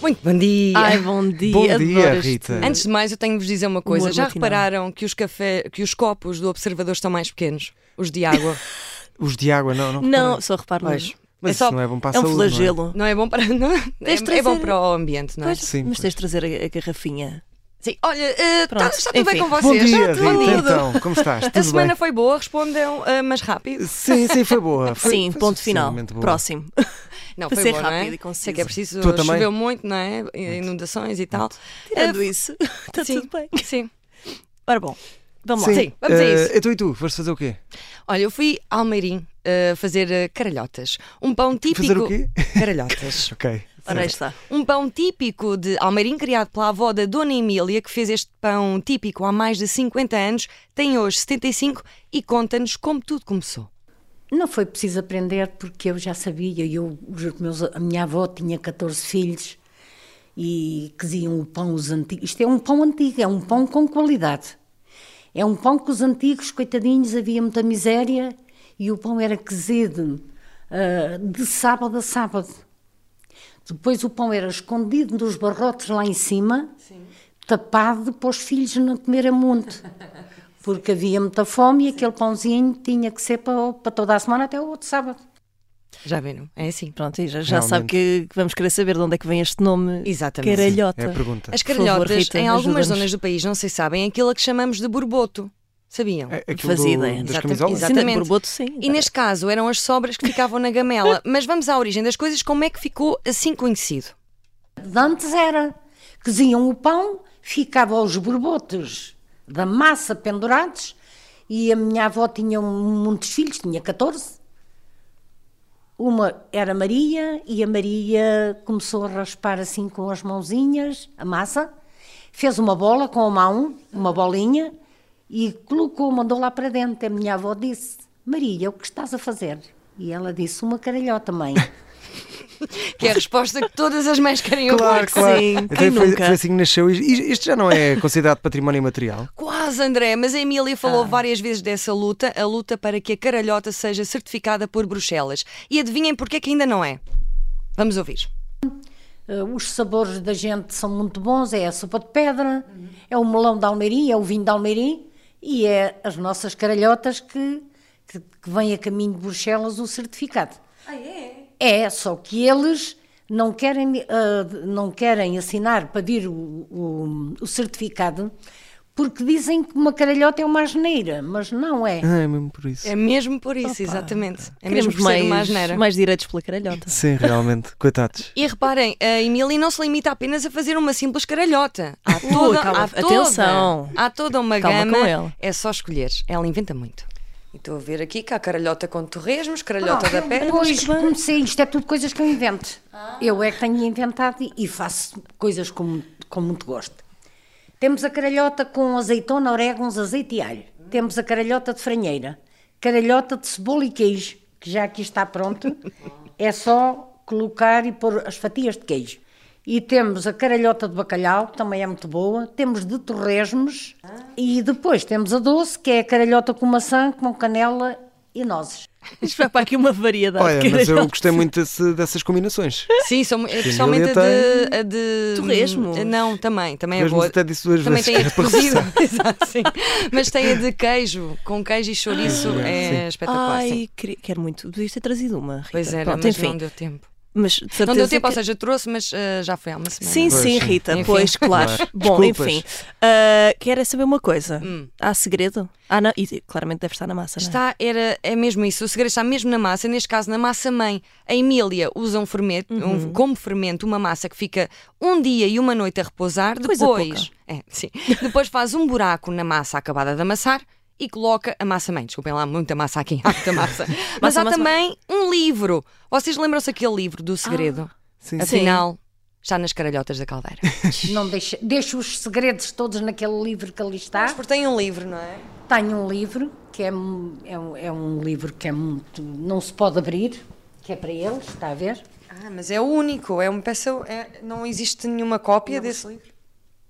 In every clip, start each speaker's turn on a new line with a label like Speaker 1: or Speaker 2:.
Speaker 1: Muito bom dia!
Speaker 2: Ai, bom dia.
Speaker 3: Bom
Speaker 2: adoro
Speaker 3: dia,
Speaker 2: este-
Speaker 3: Rita.
Speaker 1: Antes de mais, eu tenho de vos dizer uma coisa.
Speaker 2: Humor
Speaker 1: Já
Speaker 2: matinal.
Speaker 1: repararam que os, café, que os copos do observador estão mais pequenos? Os de água.
Speaker 3: Os de água, não, não.
Speaker 2: Não, só reparo
Speaker 1: Pois.
Speaker 2: hoje. é
Speaker 3: Mas isso
Speaker 2: só-
Speaker 3: não é bom para a
Speaker 2: É um
Speaker 3: saúde, não é? Ah,
Speaker 2: flagelo.
Speaker 1: Não é bom para, não, é,
Speaker 2: Tens de
Speaker 1: é bom
Speaker 2: trazer-
Speaker 1: para o ambiente, não é?
Speaker 2: Pois,
Speaker 3: Sim,
Speaker 2: mas
Speaker 3: pois.
Speaker 2: tens de trazer a, a garrafinha.
Speaker 1: Sim, olha, eh, tá-
Speaker 2: Pronto,
Speaker 1: está tudo bem
Speaker 2: enfim.
Speaker 1: com
Speaker 3: Bom
Speaker 1: vocês?
Speaker 3: dia,
Speaker 1: Está
Speaker 3: Rita.
Speaker 1: tudo bem?
Speaker 3: Então, como estás?
Speaker 1: A
Speaker 3: Tudo
Speaker 1: semana
Speaker 3: bem?
Speaker 1: foi boa, respondam eh, mas rápido.
Speaker 3: Sim, sim, foi boa. Foi,
Speaker 2: Sim,
Speaker 3: foi
Speaker 2: ponto final.
Speaker 3: suficientemente boa.
Speaker 2: Próximo.
Speaker 1: Não,
Speaker 2: Para
Speaker 1: foi
Speaker 2: ser
Speaker 1: boa, não é?
Speaker 2: rápido e conciso.
Speaker 1: Sei que é preciso,
Speaker 3: Tu também?
Speaker 1: choveu muito, não é? Inundações e tal.
Speaker 2: Tirando isso, está
Speaker 1: Sim.
Speaker 2: Tá tudo bem.
Speaker 1: Sim.
Speaker 2: Ora bom, vamos
Speaker 1: Sim.
Speaker 2: lá.
Speaker 1: vamos a
Speaker 3: Eh,
Speaker 1: isso.
Speaker 3: Então e tu? Foste fazer o quê?
Speaker 1: Olha, eu fui a Almeirim eh, fazer eh, caralhotas. Um pão típico.
Speaker 3: Fazer o quê?
Speaker 1: Caralhotas.
Speaker 3: Ok.
Speaker 2: Ora aí está.
Speaker 1: Um pão típico de Almeirim, criado pela avó da Dona Emília, que fez este pão típico há mais de 50 anos, tem hoje 75 e conta-nos como tudo começou.
Speaker 4: Não foi preciso aprender porque eu já sabia. Eu, os meus, a minha avó tinha 14 filhos e coziam o pão os antigos. Isto é um pão antigo, é um pão com qualidade. É um pão que os antigos, coitadinhos, havia muita miséria e o pão era cozido ah, de sábado a sábado. Depois o pão era escondido nos barrotes lá em cima, tapado para os filhos não comerem muito. Porque havia muita fome e aquele pãozinho tinha que ser para, para toda a semana até o outro sábado.
Speaker 1: Já viram? É assim.
Speaker 2: Pronto, e já, já sabe
Speaker 3: Realmente.
Speaker 2: que que vamos querer saber de onde é que vem este nome.
Speaker 1: Exatamente.
Speaker 2: Caralhota.
Speaker 3: É a pergunta.
Speaker 1: As
Speaker 2: Por favor,
Speaker 1: caralhotas,
Speaker 2: Rita,
Speaker 1: em algumas
Speaker 2: ajuda-nos.
Speaker 1: zonas do país, não sei se sabem, é aquilo a que chamamos de borboto. Sabiam?
Speaker 3: É Aquilo
Speaker 2: Fazia
Speaker 3: do-
Speaker 2: ideia.
Speaker 3: das
Speaker 1: Exata-
Speaker 3: camisolas?
Speaker 1: exatamente.
Speaker 2: Sim, de borboto, sim.
Speaker 1: E neste caso eram as sobras que ficavam na gamela. Mas vamos à origem das coisas, como é que ficou assim conhecido?
Speaker 4: De antes era. Coziam o pão, ficavam os borbotos da massa pendurados e a minha avó tinha um- muitos filhos, tinha 14. Uma era Maria e a Maria começou a raspar assim com as mãozinhas a massa, fez uma bola com a mão, uma bolinha, e colocou, mandou lá para dentro. A minha avó disse: Maria, o que estás a fazer? E ela disse: Uma caralhota, mãe.
Speaker 1: Que é a resposta que todas as mães querem ouvir.
Speaker 3: Claro,
Speaker 2: que
Speaker 3: claro.
Speaker 2: sim,
Speaker 3: Então
Speaker 2: quem
Speaker 3: foi,
Speaker 2: nunca?
Speaker 3: foi assim que nasceu. E Isto já não é considerado património imaterial?
Speaker 1: Quase, André, mas a Emília falou várias vezes dessa luta, a luta para que a caralhota seja certificada por Bruxelas. E adivinhem porque é que ainda não é? Vamos ouvir.
Speaker 4: Eh, os sabores da gente são muito bons, é a sopa de pedra, é o melão de Almeirim, é o vinho de Almeirim e é as nossas caralhotas que, que, que vêm a caminho de Bruxelas o certificado. é? só que eles não querem, ah, não querem assinar para vir o, o- o certificado porque dizem que uma caralhota é uma asneira, mas não é.
Speaker 3: Ah, é mesmo por isso.
Speaker 1: É mesmo por isso, exatamente. É mesmo
Speaker 2: Queremos
Speaker 1: por mais, ser uma
Speaker 2: mais,
Speaker 1: asneira.
Speaker 2: mais direitos pela caralhota.
Speaker 3: Sim, realmente. Coitados.
Speaker 1: E reparem, a Emília não se limita apenas a fazer uma simples caralhota. Há
Speaker 2: Ui,
Speaker 1: toda,
Speaker 2: calma,
Speaker 1: há toda-
Speaker 2: atenção.
Speaker 1: há toda uma
Speaker 2: Calma
Speaker 1: gama.
Speaker 2: com ela.
Speaker 1: É só escolher. Ela inventa muito. E estou a ver aqui que há caralhota com torresmos, caralhota da
Speaker 4: um
Speaker 1: pedra.
Speaker 4: Depois comecei, isto é tudo coisas que eu invento. Eu é que tenho inventado e- e faço coisas com, com muito gosto. Temos a caralhota com azeitona, orégãos, azeite e alho. Temos a caralhota de franheira, caralhota de cebola e queijo, que já aqui está pronto. É só colocar e pôr as fatias de queijo. E temos a caralhota de bacalhau, que também é muito boa. Temos de torresmos. E depois temos a doce, que é a caralhota com maçã, com canela e nozes.
Speaker 2: Isto vai para aqui uma variedade.
Speaker 3: Olha,
Speaker 2: de
Speaker 3: mas eu
Speaker 2: caralhotas.
Speaker 3: gostei muito desse- dessas combinações.
Speaker 1: Sim, são, principalmente a de,
Speaker 3: tem-
Speaker 1: a de.
Speaker 2: Torresmos.
Speaker 1: Não, também. Também é
Speaker 3: Torresmos
Speaker 1: boa.
Speaker 3: até disse duas
Speaker 1: também
Speaker 3: vezes, que
Speaker 1: tem a
Speaker 3: era
Speaker 1: de
Speaker 3: para
Speaker 1: cozido. Exato, sim. Mas tem a de queijo, com queijo e chouriço. é espetacular. sim.
Speaker 2: Ai, queria- quero muito. Devias ter trazido uma, Rita.
Speaker 1: Pois era,
Speaker 2: Pronto,
Speaker 1: mas
Speaker 2: enfim.
Speaker 1: não deu tempo.
Speaker 2: Mas de certeza
Speaker 1: Não deu tempo,
Speaker 2: que-
Speaker 1: ou seja, trouxe, mas ah, já foi há uma semana.
Speaker 2: Sim,
Speaker 3: Pois,
Speaker 2: sim,
Speaker 3: sim.
Speaker 2: Rita,
Speaker 1: Enfim.
Speaker 2: pois, claro.
Speaker 3: Claro.
Speaker 2: Bom,
Speaker 3: Desculpas.
Speaker 2: enfim, ah, quero é saber uma coisa. Há segredo? Ah, não, e claramente deve estar na massa, não é?
Speaker 1: Hum. Está, era, é mesmo isso. O segredo está mesmo na massa, neste caso na massa mãe. A Emília usa um fermento,
Speaker 2: Uhum.
Speaker 1: um- como fermento uma massa que fica um dia e uma noite a repousar.
Speaker 2: Coisa
Speaker 1: Depois, é, sim. depois faz um buraco na massa acabada de amassar e coloca a massa mãe. Desculpem lá, muita massa aqui, há muita massa. Mas
Speaker 2: Massa,
Speaker 1: há
Speaker 2: massa,
Speaker 1: também um livro. Vocês lembram-se aquele livro do
Speaker 2: Ah.
Speaker 1: segredo?
Speaker 3: Sim, sim.
Speaker 1: Afinal, está nas caralhotas da caldeira.
Speaker 4: Não deixa, deixo os segredos todos naquele livro que ali está.
Speaker 1: Porque tem um livro, não é?
Speaker 4: Tenho um livro que é, mu- é, um- é um livro que é muito. não se pode abrir, que é para eles, está a ver?
Speaker 1: Ah, mas é o único, é uma peça, é- não existe nenhuma cópia desse livro.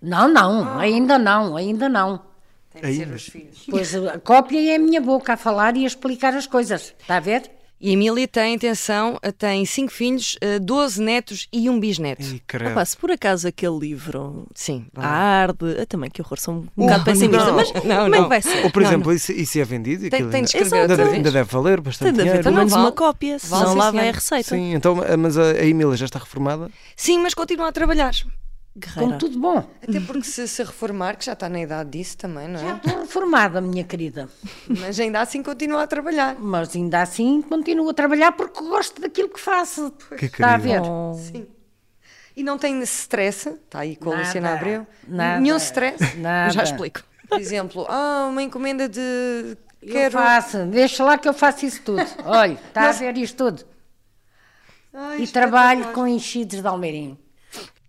Speaker 4: Não, não, ainda não, ainda não.
Speaker 1: Tem que ser
Speaker 3: Ainda.
Speaker 1: os filhos.
Speaker 4: Pois a cópia é a minha boca a falar e a explicar as coisas. Está a ver?
Speaker 1: E a Emília tem, atenção, tem cinco filhos, eh, 12 netos e um bisneto.
Speaker 3: Ih, credo.
Speaker 2: Opa, se por acaso aquele livro
Speaker 1: Sim, vá
Speaker 2: a
Speaker 1: lá.
Speaker 2: arde, eu também que horror, sou um
Speaker 3: não.
Speaker 2: bocado pessimista, mas
Speaker 1: Não,
Speaker 2: como é
Speaker 1: não.
Speaker 2: que vai ser?
Speaker 3: Ou, por
Speaker 2: Não,
Speaker 3: exemplo, Isso, isso é vendido?
Speaker 1: Tem- tem
Speaker 3: aquilo
Speaker 1: de
Speaker 3: ainda-
Speaker 1: escrever
Speaker 2: Exato.
Speaker 1: outra
Speaker 3: ainda,
Speaker 1: vez.
Speaker 3: ainda deve valer bastante
Speaker 2: não. Tem de haver
Speaker 3: dinheiro.
Speaker 2: pelo
Speaker 1: Então
Speaker 2: menos
Speaker 1: não
Speaker 2: uma
Speaker 1: vale.
Speaker 2: cópia,
Speaker 1: Vale,
Speaker 2: senão
Speaker 1: sim,
Speaker 2: lá vai a
Speaker 1: senhora.
Speaker 2: receita.
Speaker 3: Sim, então, mas a, a Emília já está reformada?
Speaker 1: Sim, mas continua a trabalhar.
Speaker 2: Guerreira.
Speaker 4: Com tudo bom.
Speaker 1: Até porque se, se reformar, que já está na idade disso também, não
Speaker 4: Já
Speaker 1: é?
Speaker 4: estou reformada, minha querida.
Speaker 1: Mas ainda assim continua a trabalhar.
Speaker 4: Mas ainda assim continuo a trabalhar porque gosto daquilo que faço.
Speaker 3: Que
Speaker 4: Está a ver?
Speaker 3: querida.
Speaker 2: Oh.
Speaker 1: E não tem stress, está aí com a
Speaker 4: Nada,
Speaker 1: Luciana Abreu.
Speaker 4: nada,
Speaker 1: Nenhum stress.
Speaker 4: nada.
Speaker 1: Eu já explico. Por exemplo, ah, uma encomenda de.
Speaker 4: Eu
Speaker 1: Quero.
Speaker 4: faço, deixa lá que eu faço isso tudo. Olha, está a ver isto tudo.
Speaker 1: Ai,
Speaker 4: E trabalho com enchidos de Almeirinho.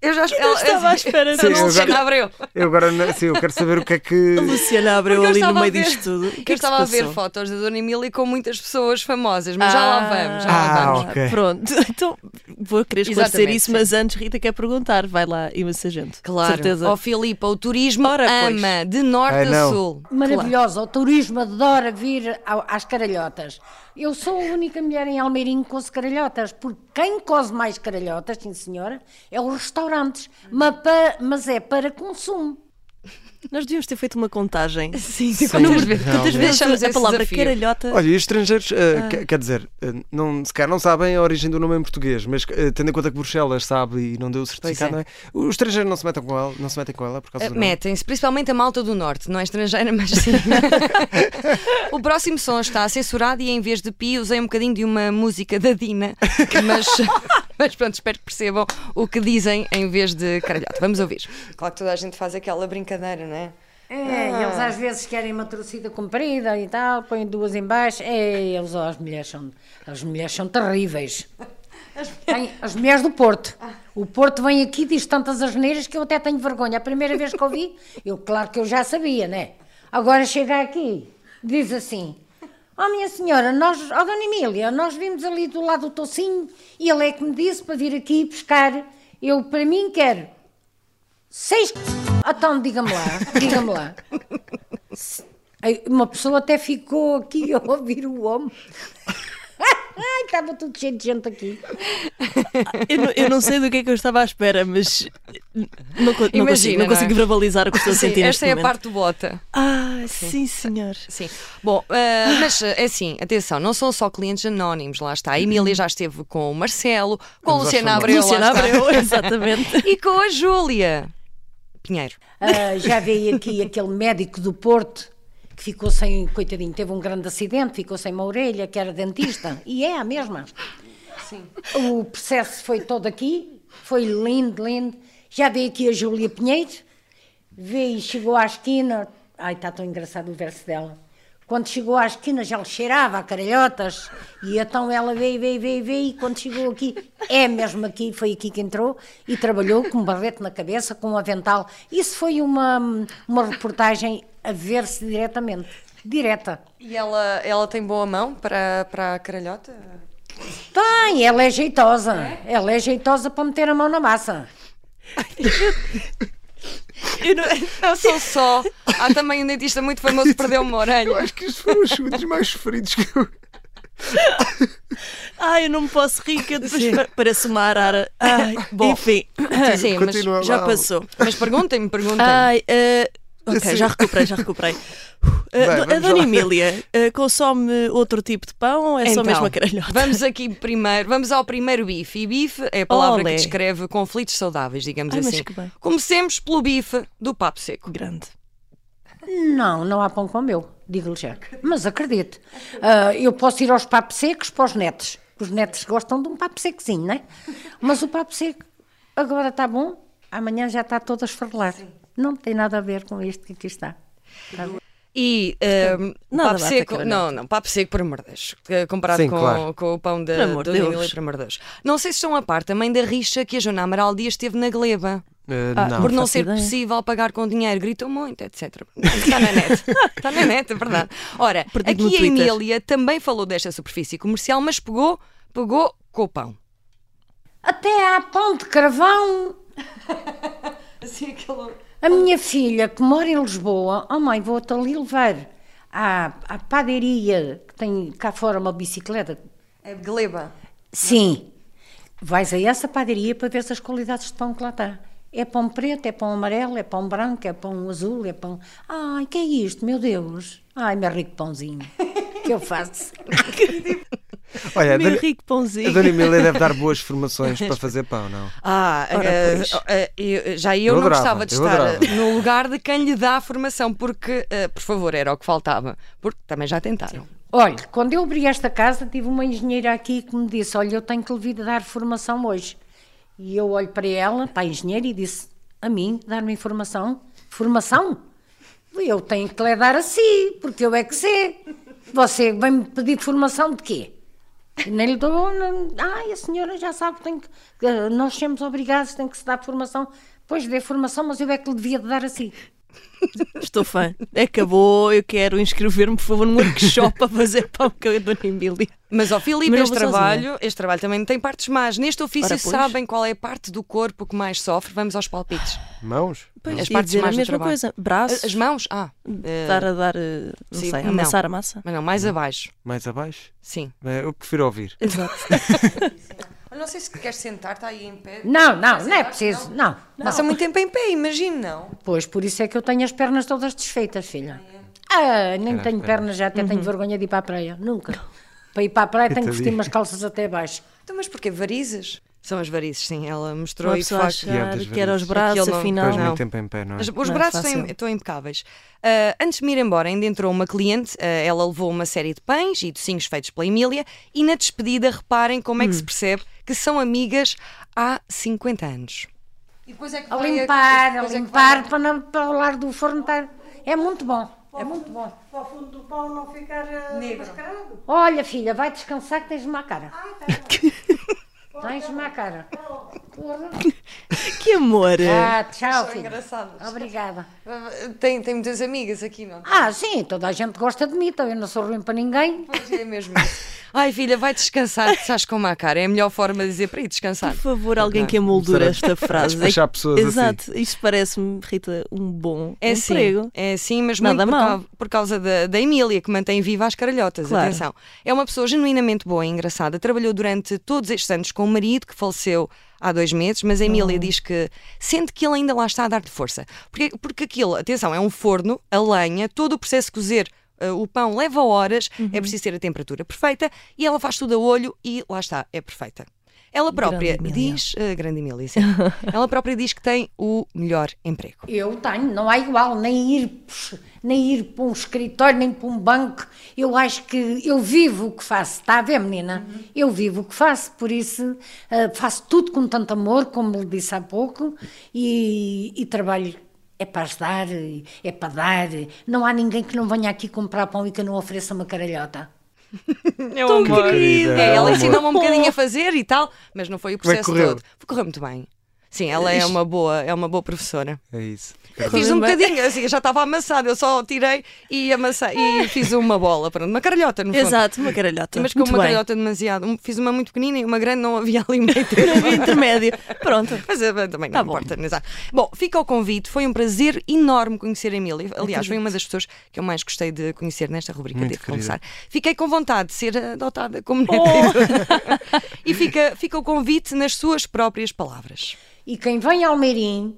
Speaker 1: Eu já
Speaker 2: Eu estava à espera
Speaker 1: Sim,
Speaker 2: disso.
Speaker 1: Luciana Abreu.
Speaker 3: Eu agora, não- sim, eu quero saber o que é que...
Speaker 2: A Luciana abriu
Speaker 1: Porque eu
Speaker 2: ali no
Speaker 1: estava a
Speaker 2: meio
Speaker 1: ver-
Speaker 2: disto tudo. O que é que
Speaker 1: eu estava
Speaker 2: se
Speaker 1: a ver
Speaker 2: passou?
Speaker 1: fotos da Dona Emília com muitas pessoas famosas, mas já lá vamos. Já lá
Speaker 3: Ah,
Speaker 1: vamos.
Speaker 3: ok.
Speaker 2: Pronto, então vou querer esclarecer
Speaker 1: Exatamente,
Speaker 2: isso,
Speaker 1: sim.
Speaker 2: mas antes Rita quer perguntar. Vai lá, imensa gente.
Speaker 1: Claro.
Speaker 2: Certeza.
Speaker 1: Ó Filipa, o turismo
Speaker 2: Ora, pois.
Speaker 1: ama de norte
Speaker 3: Ai,
Speaker 1: a
Speaker 3: não.
Speaker 1: sul.
Speaker 4: Maravilhosa, o turismo adora vir ao- às caralhotas. Eu sou a única mulher em Almeirinho que coze caralhotas, porque quem coze mais caralhotas, sim senhora, é os restaurantes, mas, pa- mas é para consumo.
Speaker 2: Nós devíamos ter feito uma contagem.
Speaker 1: Sim, sim,
Speaker 2: Número-
Speaker 1: quantas vezes,
Speaker 2: quantas vezes
Speaker 1: Deixamos
Speaker 2: a
Speaker 1: esse
Speaker 2: palavra
Speaker 1: desafio.
Speaker 2: caralhota
Speaker 3: Olha, e os estrangeiros, eh,
Speaker 2: Ah.
Speaker 3: que- quer dizer, eh, não, se calhar não sabem a origem do nome em português, mas eh, tendo em conta que Bruxelas sabe e não deu o certificado, não é? Os estrangeiros não se metem com ela, não se metem com ela por causa
Speaker 2: Eh,
Speaker 1: Uh,
Speaker 3: do nome.
Speaker 1: Metem-se, principalmente a malta do norte, não é estrangeira, mas sim. o próximo som está censurado e em vez de pi usei um bocadinho de uma música da Dina, mas, mas pronto, espero que percebam o que dizem em vez de caralhote. Vamos ouvir. Claro que toda a gente faz aquela brincadeira, não é?
Speaker 4: É, eles às vezes querem uma torcida comprida e tal, põem duas em baixo. É, eles, ó, as mulheres são, as mulheres são terríveis. Tem as mulheres Ah. do Porto. O Porto vem aqui e diz tantas asneiras que eu até tenho vergonha. A primeira vez que ouvi, eu claro que eu já sabia, né? Agora chega aqui, diz assim: Oh minha senhora, nós, oh Dona Emília, nós vimos ali do lado do tocinho e ele é que me disse para vir aqui pescar. Eu, para mim, quero seis. Então, diga-me lá, diga-me lá. Ai, Uma pessoa até ficou aqui a ouvir o homem. Ai, estava tudo cheio de gente aqui.
Speaker 2: ah, Eu, não- eu não sei do que é que eu estava à espera, mas n- não, co- não
Speaker 1: Imagina,
Speaker 2: consigo,
Speaker 1: não
Speaker 2: não
Speaker 1: é?
Speaker 2: consigo verbalizar o que estou a
Speaker 1: Sim,
Speaker 2: sentir
Speaker 1: esta
Speaker 2: neste
Speaker 1: é a
Speaker 2: momento.
Speaker 1: parte do bota.
Speaker 2: Ah, sim, senhor.
Speaker 1: Sim. Bom, eh, mas eh, é assim, atenção, não são só clientes anónimos, lá está. A Emília já esteve com o Marcelo, com a
Speaker 3: Vamos aos
Speaker 1: Luciana
Speaker 3: famosos.
Speaker 1: Abreu, lá
Speaker 2: Luciana
Speaker 1: está.
Speaker 2: Abreu, exatamente.
Speaker 1: e com a Júlia Pinheiro.
Speaker 4: Ah, já veio aqui aquele médico do Porto que ficou sem, coitadinho, teve um grande acidente, ficou sem uma orelha, que era dentista, e é a mesma. O processo foi todo aqui, foi lindo, lindo. Já veio aqui a Júlia Pinheiro, veio, chegou à esquina, ai está tão engraçado o verso dela. Quando chegou à esquina já lhe cheirava a caralhotas e então ela veio, veio, veio, veio e quando chegou aqui, é mesmo aqui, foi aqui que entrou e trabalhou com um barrete na cabeça, com um avental. Isso foi uma, uma reportagem a ver-se diretamente, direta.
Speaker 1: E ela, ela tem boa mão para, para a caralhota?
Speaker 4: Tem, ela é jeitosa, ela é jeitosa para meter a mão na massa.
Speaker 2: Eu não-
Speaker 1: Não sou só. Há também um dentista muito famoso que perdeu uma orelha.
Speaker 3: Acho que estes foram os chutes mais sofridos que eu...
Speaker 2: Ai, Ah, eu não me posso rir, que eu depois pa- parece uma arara.
Speaker 1: Ah,
Speaker 2: Ai, bom, enfim,
Speaker 1: Sim, mas,
Speaker 3: Continua.
Speaker 2: já
Speaker 3: Uau.
Speaker 2: passou.
Speaker 1: mas perguntem-me, perguntem.
Speaker 2: Ai, eh, ok,
Speaker 3: Sim.
Speaker 2: já recuperei, já recuperei. Uh, a do- a
Speaker 3: vamos
Speaker 2: Dona
Speaker 3: lá.
Speaker 2: Emília eh, consome outro tipo de pão ou é só mesmo a caralhota?
Speaker 1: Então, Vamos aqui primeiro, vamos ao primeiro bife. E bife é a palavra
Speaker 2: Olé.
Speaker 1: que descreve conflitos saudáveis, digamos
Speaker 2: Ai, mas
Speaker 1: assim.
Speaker 2: que bem.
Speaker 1: Comecemos pelo bife do papo seco.
Speaker 2: Grande.
Speaker 4: Não, não há pão com o meu, digo-lhe já. Mas acredite, ah, eu posso ir aos papos secos para os netos. Os netos gostam de um papo secozinho, não é? Mas o papo seco agora está bom, amanhã já está todo a esfarrelar. Não tem nada a ver com este que aqui está.
Speaker 1: E ehm,
Speaker 2: nada
Speaker 1: papo
Speaker 2: bate a
Speaker 1: seco,
Speaker 2: caralhota.
Speaker 1: não, não, papo seco, por amor de Deus, eh, comparado
Speaker 3: Sim,
Speaker 1: com,
Speaker 3: claro.
Speaker 1: com o pão da
Speaker 2: Por amor
Speaker 1: da
Speaker 2: de
Speaker 1: Dona
Speaker 2: Deus.
Speaker 1: Emília, por amor de Deus. Não sei se estão a par também da rixa que a Joana Amaral Dias teve na Gleba.
Speaker 3: Eh,
Speaker 2: Ah,
Speaker 3: não.
Speaker 1: por não
Speaker 2: faço
Speaker 1: ser
Speaker 2: ideia.
Speaker 1: possível pagar com dinheiro, gritou muito, etc. Está na net. Está na net, é verdade. Ora,
Speaker 2: Perdido no
Speaker 1: aqui a
Speaker 2: Twitter.
Speaker 1: Emília também falou desta superfície comercial, mas pegou, pegou com o pão.
Speaker 4: Até há pão de carvão.
Speaker 1: Assim, aquele,
Speaker 4: A minha filha, que mora em Lisboa, oh mãe, vou-te ali levar à, à padaria que tem cá fora uma bicicleta.
Speaker 1: É gleba.
Speaker 4: Sim, vais a essa padaria para ver as qualidades de pão que lá está. É pão preto, é pão amarelo, é pão branco, é pão azul, é pão. Ai, que é isto, meu Deus? Ai, meu rico pãozinho. que eu faço?
Speaker 3: Olha, É, a
Speaker 2: Meu
Speaker 3: Dona-
Speaker 2: é rico
Speaker 3: a
Speaker 2: pãozinho.
Speaker 3: Dona Emília deve dar boas formações para fazer pão, não?
Speaker 1: Ah, eh, eh, eu- já eu,
Speaker 3: Eu
Speaker 1: não gostava
Speaker 3: adorava,
Speaker 1: de
Speaker 3: eu
Speaker 1: estar
Speaker 3: adorava.
Speaker 1: eh, no lugar de quem lhe dá a formação, porque, eh, por favor, era o que faltava. Porque também já tentaram.
Speaker 4: Olha, quando eu abri esta casa, tive uma engenheira aqui que me disse: Olha, eu tenho que lhe vir dar formação hoje. E eu olho para ela, para a engenheira, e disse: A mim, dar-me informação? Formação? Eu tenho que lhe dar a si, porque eu é que sei. Você vem-me pedir formação de quê? E Nem lhe dou. Não... Ai, a senhora já sabe, tem que... eh, nós somos obrigados, tem que se dar formação. Pois dê formação, mas eu é que lhe devia de dar a si.
Speaker 2: Estou fã. Acabou, eu quero inscrever-me, por favor, num workshop para fazer pão com a Dona Emília.
Speaker 1: Mas, ó Filipe,
Speaker 2: Mas não
Speaker 1: este
Speaker 2: vou
Speaker 1: trabalho, este trabalho também tem partes más. Neste ofício
Speaker 2: Ora, pois.
Speaker 1: sabem qual é a parte do corpo que mais sofre. Vamos aos palpites.
Speaker 3: Mãos?
Speaker 2: Pois,
Speaker 1: As
Speaker 2: ia
Speaker 1: partes
Speaker 2: dizer a
Speaker 1: mais do
Speaker 2: mesma
Speaker 1: trabalho.
Speaker 2: coisa. Braços,
Speaker 1: As as mãos? Ah, eh,
Speaker 2: dar a dar, eh, não
Speaker 1: sim,
Speaker 2: sei,
Speaker 1: não.
Speaker 2: amassar a massa.
Speaker 1: mas não, mais abaixo.
Speaker 3: Mais abaixo?
Speaker 1: Sim.
Speaker 3: Bem, É, Eu prefiro ouvir.
Speaker 2: Exato.
Speaker 1: Não sei se queres sentar, está aí em pé.
Speaker 4: Não, não, não é preciso. Não.
Speaker 1: Passa muito tempo em pé, imagino, não.
Speaker 4: Pois, por isso é que eu tenho as pernas todas desfeitas, filha. Ah, Uhum. nem
Speaker 3: Era as
Speaker 4: tenho
Speaker 3: pernas.
Speaker 4: pernas, já até tenho vergonha de ir para a praia. Nunca. Para ir para a praia tenho que vestir
Speaker 3: Coitadinha.
Speaker 4: umas calças até baixo.
Speaker 1: Então, mas porquê? Varizes? São as varizes, sim. Ela mostrou
Speaker 2: Uma
Speaker 1: e de
Speaker 2: pessoa
Speaker 1: facto.
Speaker 3: Diabo
Speaker 2: achar
Speaker 3: das
Speaker 2: que era os
Speaker 3: varizes.
Speaker 2: braços,
Speaker 1: Aquilo não-
Speaker 2: afinal.
Speaker 3: Depois
Speaker 1: não.
Speaker 3: muito tempo em pé, não é?
Speaker 1: As- Os
Speaker 2: Não é
Speaker 1: braços têm-
Speaker 2: fácil.
Speaker 1: estão impecáveis. Ah, antes de me ir embora, ainda entrou uma cliente, ah, ela levou uma série de pães e docinhos feitos pela Emília, e na despedida, reparem como é
Speaker 2: Hum.
Speaker 1: que se percebe que são amigas há 50 anos. E depois é que
Speaker 4: A limpar,
Speaker 1: é
Speaker 4: a limpar, para, não, para o lar do forno estar. É muito bom. É muito bom.
Speaker 5: Para o fundo do pão não ficar eh, mascarado.
Speaker 4: Olha, filha, vai descansar que tens má cara. Tens má cara. Oh. Porra.
Speaker 2: Que amor! eh?
Speaker 4: Ah, tchau, filha.
Speaker 1: engraçadas.
Speaker 4: Obrigada.
Speaker 1: Ah, Tem, tem muitas amigas aqui, não?
Speaker 4: Ah, sim, toda a gente gosta de mim, então eu não sou ruim para ninguém.
Speaker 1: Pois é mesmo isso. Ai, filha, vai descansar, que estás com uma cara. É a melhor forma de dizer para ir descansar.
Speaker 2: Por favor,
Speaker 1: Ah,
Speaker 2: alguém que amoldura esta frase.
Speaker 3: despachar pessoas assim.
Speaker 2: Exato, isto parece-me, Rita, um bom
Speaker 1: É sim,
Speaker 2: emprego.
Speaker 1: é sim, mas
Speaker 2: Nada
Speaker 1: muito por,
Speaker 2: mal.
Speaker 1: cau- por causa da, da Emília, que mantém viva as caralhotas.
Speaker 2: Claro.
Speaker 1: Atenção. É uma pessoa genuinamente boa e engraçada. Trabalhou durante todos estes anos com o marido, que faleceu há dois meses, mas a Emília
Speaker 2: Hum.
Speaker 1: diz que sente que ele ainda lá está a dar-te força. Porque, porque aquilo, atenção, é um forno, a lenha, todo o processo de cozer. eh, o pão leva horas,
Speaker 2: Uhum.
Speaker 1: é preciso ter a temperatura perfeita e ela faz tudo a olho e lá está, é perfeita. Ela própria
Speaker 2: Emília.
Speaker 1: diz, eh, grande Emília, sim. ela própria diz que tem o melhor emprego.
Speaker 4: Eu tenho, não há igual, nem ir, pux- nem ir para um escritório, nem para um banco. Eu acho que eu vivo o que faço, está a ver, menina? Eu vivo o que faço, por isso ah, faço tudo com tanto amor, como lhe disse há pouco, e, e trabalho. É para ajudar, é para dar. Não há ninguém que não venha aqui comprar pão e que eu não ofereça uma caralhota.
Speaker 1: É o amor.
Speaker 3: querida,
Speaker 1: É,
Speaker 3: é o
Speaker 1: ela
Speaker 3: amor.
Speaker 2: assim.
Speaker 1: ensinou-me um bocadinho a fazer e tal, mas não foi o
Speaker 3: Como é que
Speaker 1: processo
Speaker 3: correu?
Speaker 1: todo. Correu muito bem. Sim, ela é uma boa, é uma boa professora.
Speaker 3: É isso.
Speaker 1: Fiz
Speaker 2: Correu
Speaker 1: um
Speaker 2: bem.
Speaker 1: bocadinho, assim, já estava amassada, eu só tirei e amassei e fiz uma bola, pronto, uma caralhota no fundo.
Speaker 2: Exato, uma caralhota.
Speaker 1: Mas com
Speaker 2: Muito
Speaker 1: uma
Speaker 2: bem.
Speaker 1: caralhota demasiado, um- fiz uma muito pequenina e uma grande, não havia ali meio
Speaker 2: Um intermédio. Pronto.
Speaker 1: Mas eh, também não
Speaker 2: Tá bom.
Speaker 1: importa. não é? Bom, fica o convite. Foi um prazer enorme conhecer a Emília. Aliás, foi uma das pessoas que eu mais gostei de conhecer nesta rubrica,
Speaker 3: Muito
Speaker 1: devo
Speaker 3: querida.
Speaker 1: confessar. Fiquei com vontade de ser adotada como neta. e fica, fica o convite nas suas próprias palavras.
Speaker 4: E quem vem ao Almeirim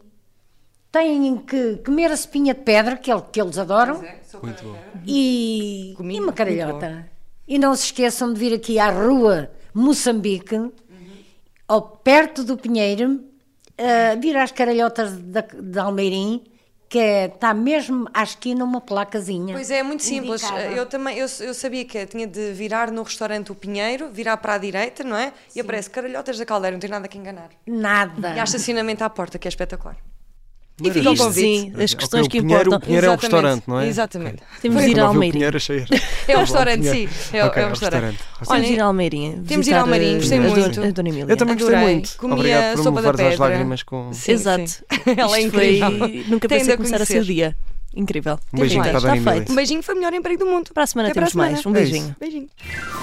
Speaker 4: tem que comer a espinha de pedra, que, ele- que eles adoram.
Speaker 3: Muito bom.
Speaker 4: e,
Speaker 1: Comigo,
Speaker 4: e uma
Speaker 1: muito
Speaker 4: caralhota. E não se esqueçam de vir aqui à rua Moçambique, ao perto do Pinheiro, eh, vir às caralhotas da- de Almeirim, que está mesmo à esquina uma placazinha.
Speaker 1: Pois é, é muito simples.
Speaker 4: Indicada.
Speaker 1: Eu também eu, eu sabia que tinha de virar no restaurante O Pinheiro, virar para a direita, não é? E aparece Caralhotas da Caldeira, não tem nada que enganar.
Speaker 4: Nada.
Speaker 1: E há estacionamento à porta, que é espetacular.
Speaker 3: E
Speaker 1: fica o
Speaker 2: Isto
Speaker 1: convite.
Speaker 2: sim, as questões
Speaker 3: o
Speaker 2: que
Speaker 3: Pinheiro,
Speaker 2: importam.
Speaker 3: O Pinheiro é o
Speaker 1: Exatamente,
Speaker 3: restaurante, não é?
Speaker 1: exatamente.
Speaker 3: Ok.
Speaker 2: Temos de
Speaker 3: Foi
Speaker 2: ir
Speaker 3: como
Speaker 2: ao
Speaker 3: ouvi o
Speaker 2: Almeirim.
Speaker 3: Pinheiro, achei.
Speaker 1: É o
Speaker 3: Bom,
Speaker 1: restaurante, sim.
Speaker 3: Pinheiro.
Speaker 1: É o,
Speaker 3: um Ok, um
Speaker 1: é o restaurante.
Speaker 2: Temos de ir
Speaker 1: Olhem,
Speaker 2: ao Almeirinha.
Speaker 1: Temos de ir ao Almeirim, gostei
Speaker 2: visitar, eh, a
Speaker 1: muito.
Speaker 2: Dona- A Dona Emília.
Speaker 3: Eu também gostei
Speaker 1: Adorei.
Speaker 3: muito.
Speaker 1: Comi a
Speaker 3: Obrigado por
Speaker 1: sopa
Speaker 3: me
Speaker 1: da
Speaker 3: levares às
Speaker 1: pedra.
Speaker 3: lágrimas com
Speaker 1: Sim,
Speaker 2: Exato.
Speaker 1: sim. Ela é
Speaker 2: Isto foi-
Speaker 1: incrível.
Speaker 2: Nunca
Speaker 1: Tem de
Speaker 2: pensei
Speaker 1: a
Speaker 2: começar a
Speaker 1: conhecer.
Speaker 2: seu dia. Incrível.
Speaker 3: Um beijinho
Speaker 1: mais,
Speaker 3: para a
Speaker 2: está
Speaker 3: Dona Emília.
Speaker 2: feito.
Speaker 1: Um beijinho foi o melhor emprego do mundo.
Speaker 2: Para a semana
Speaker 1: Até
Speaker 2: temos mais. Um
Speaker 3: É
Speaker 2: beijinho.
Speaker 3: isso.
Speaker 1: Beijinho.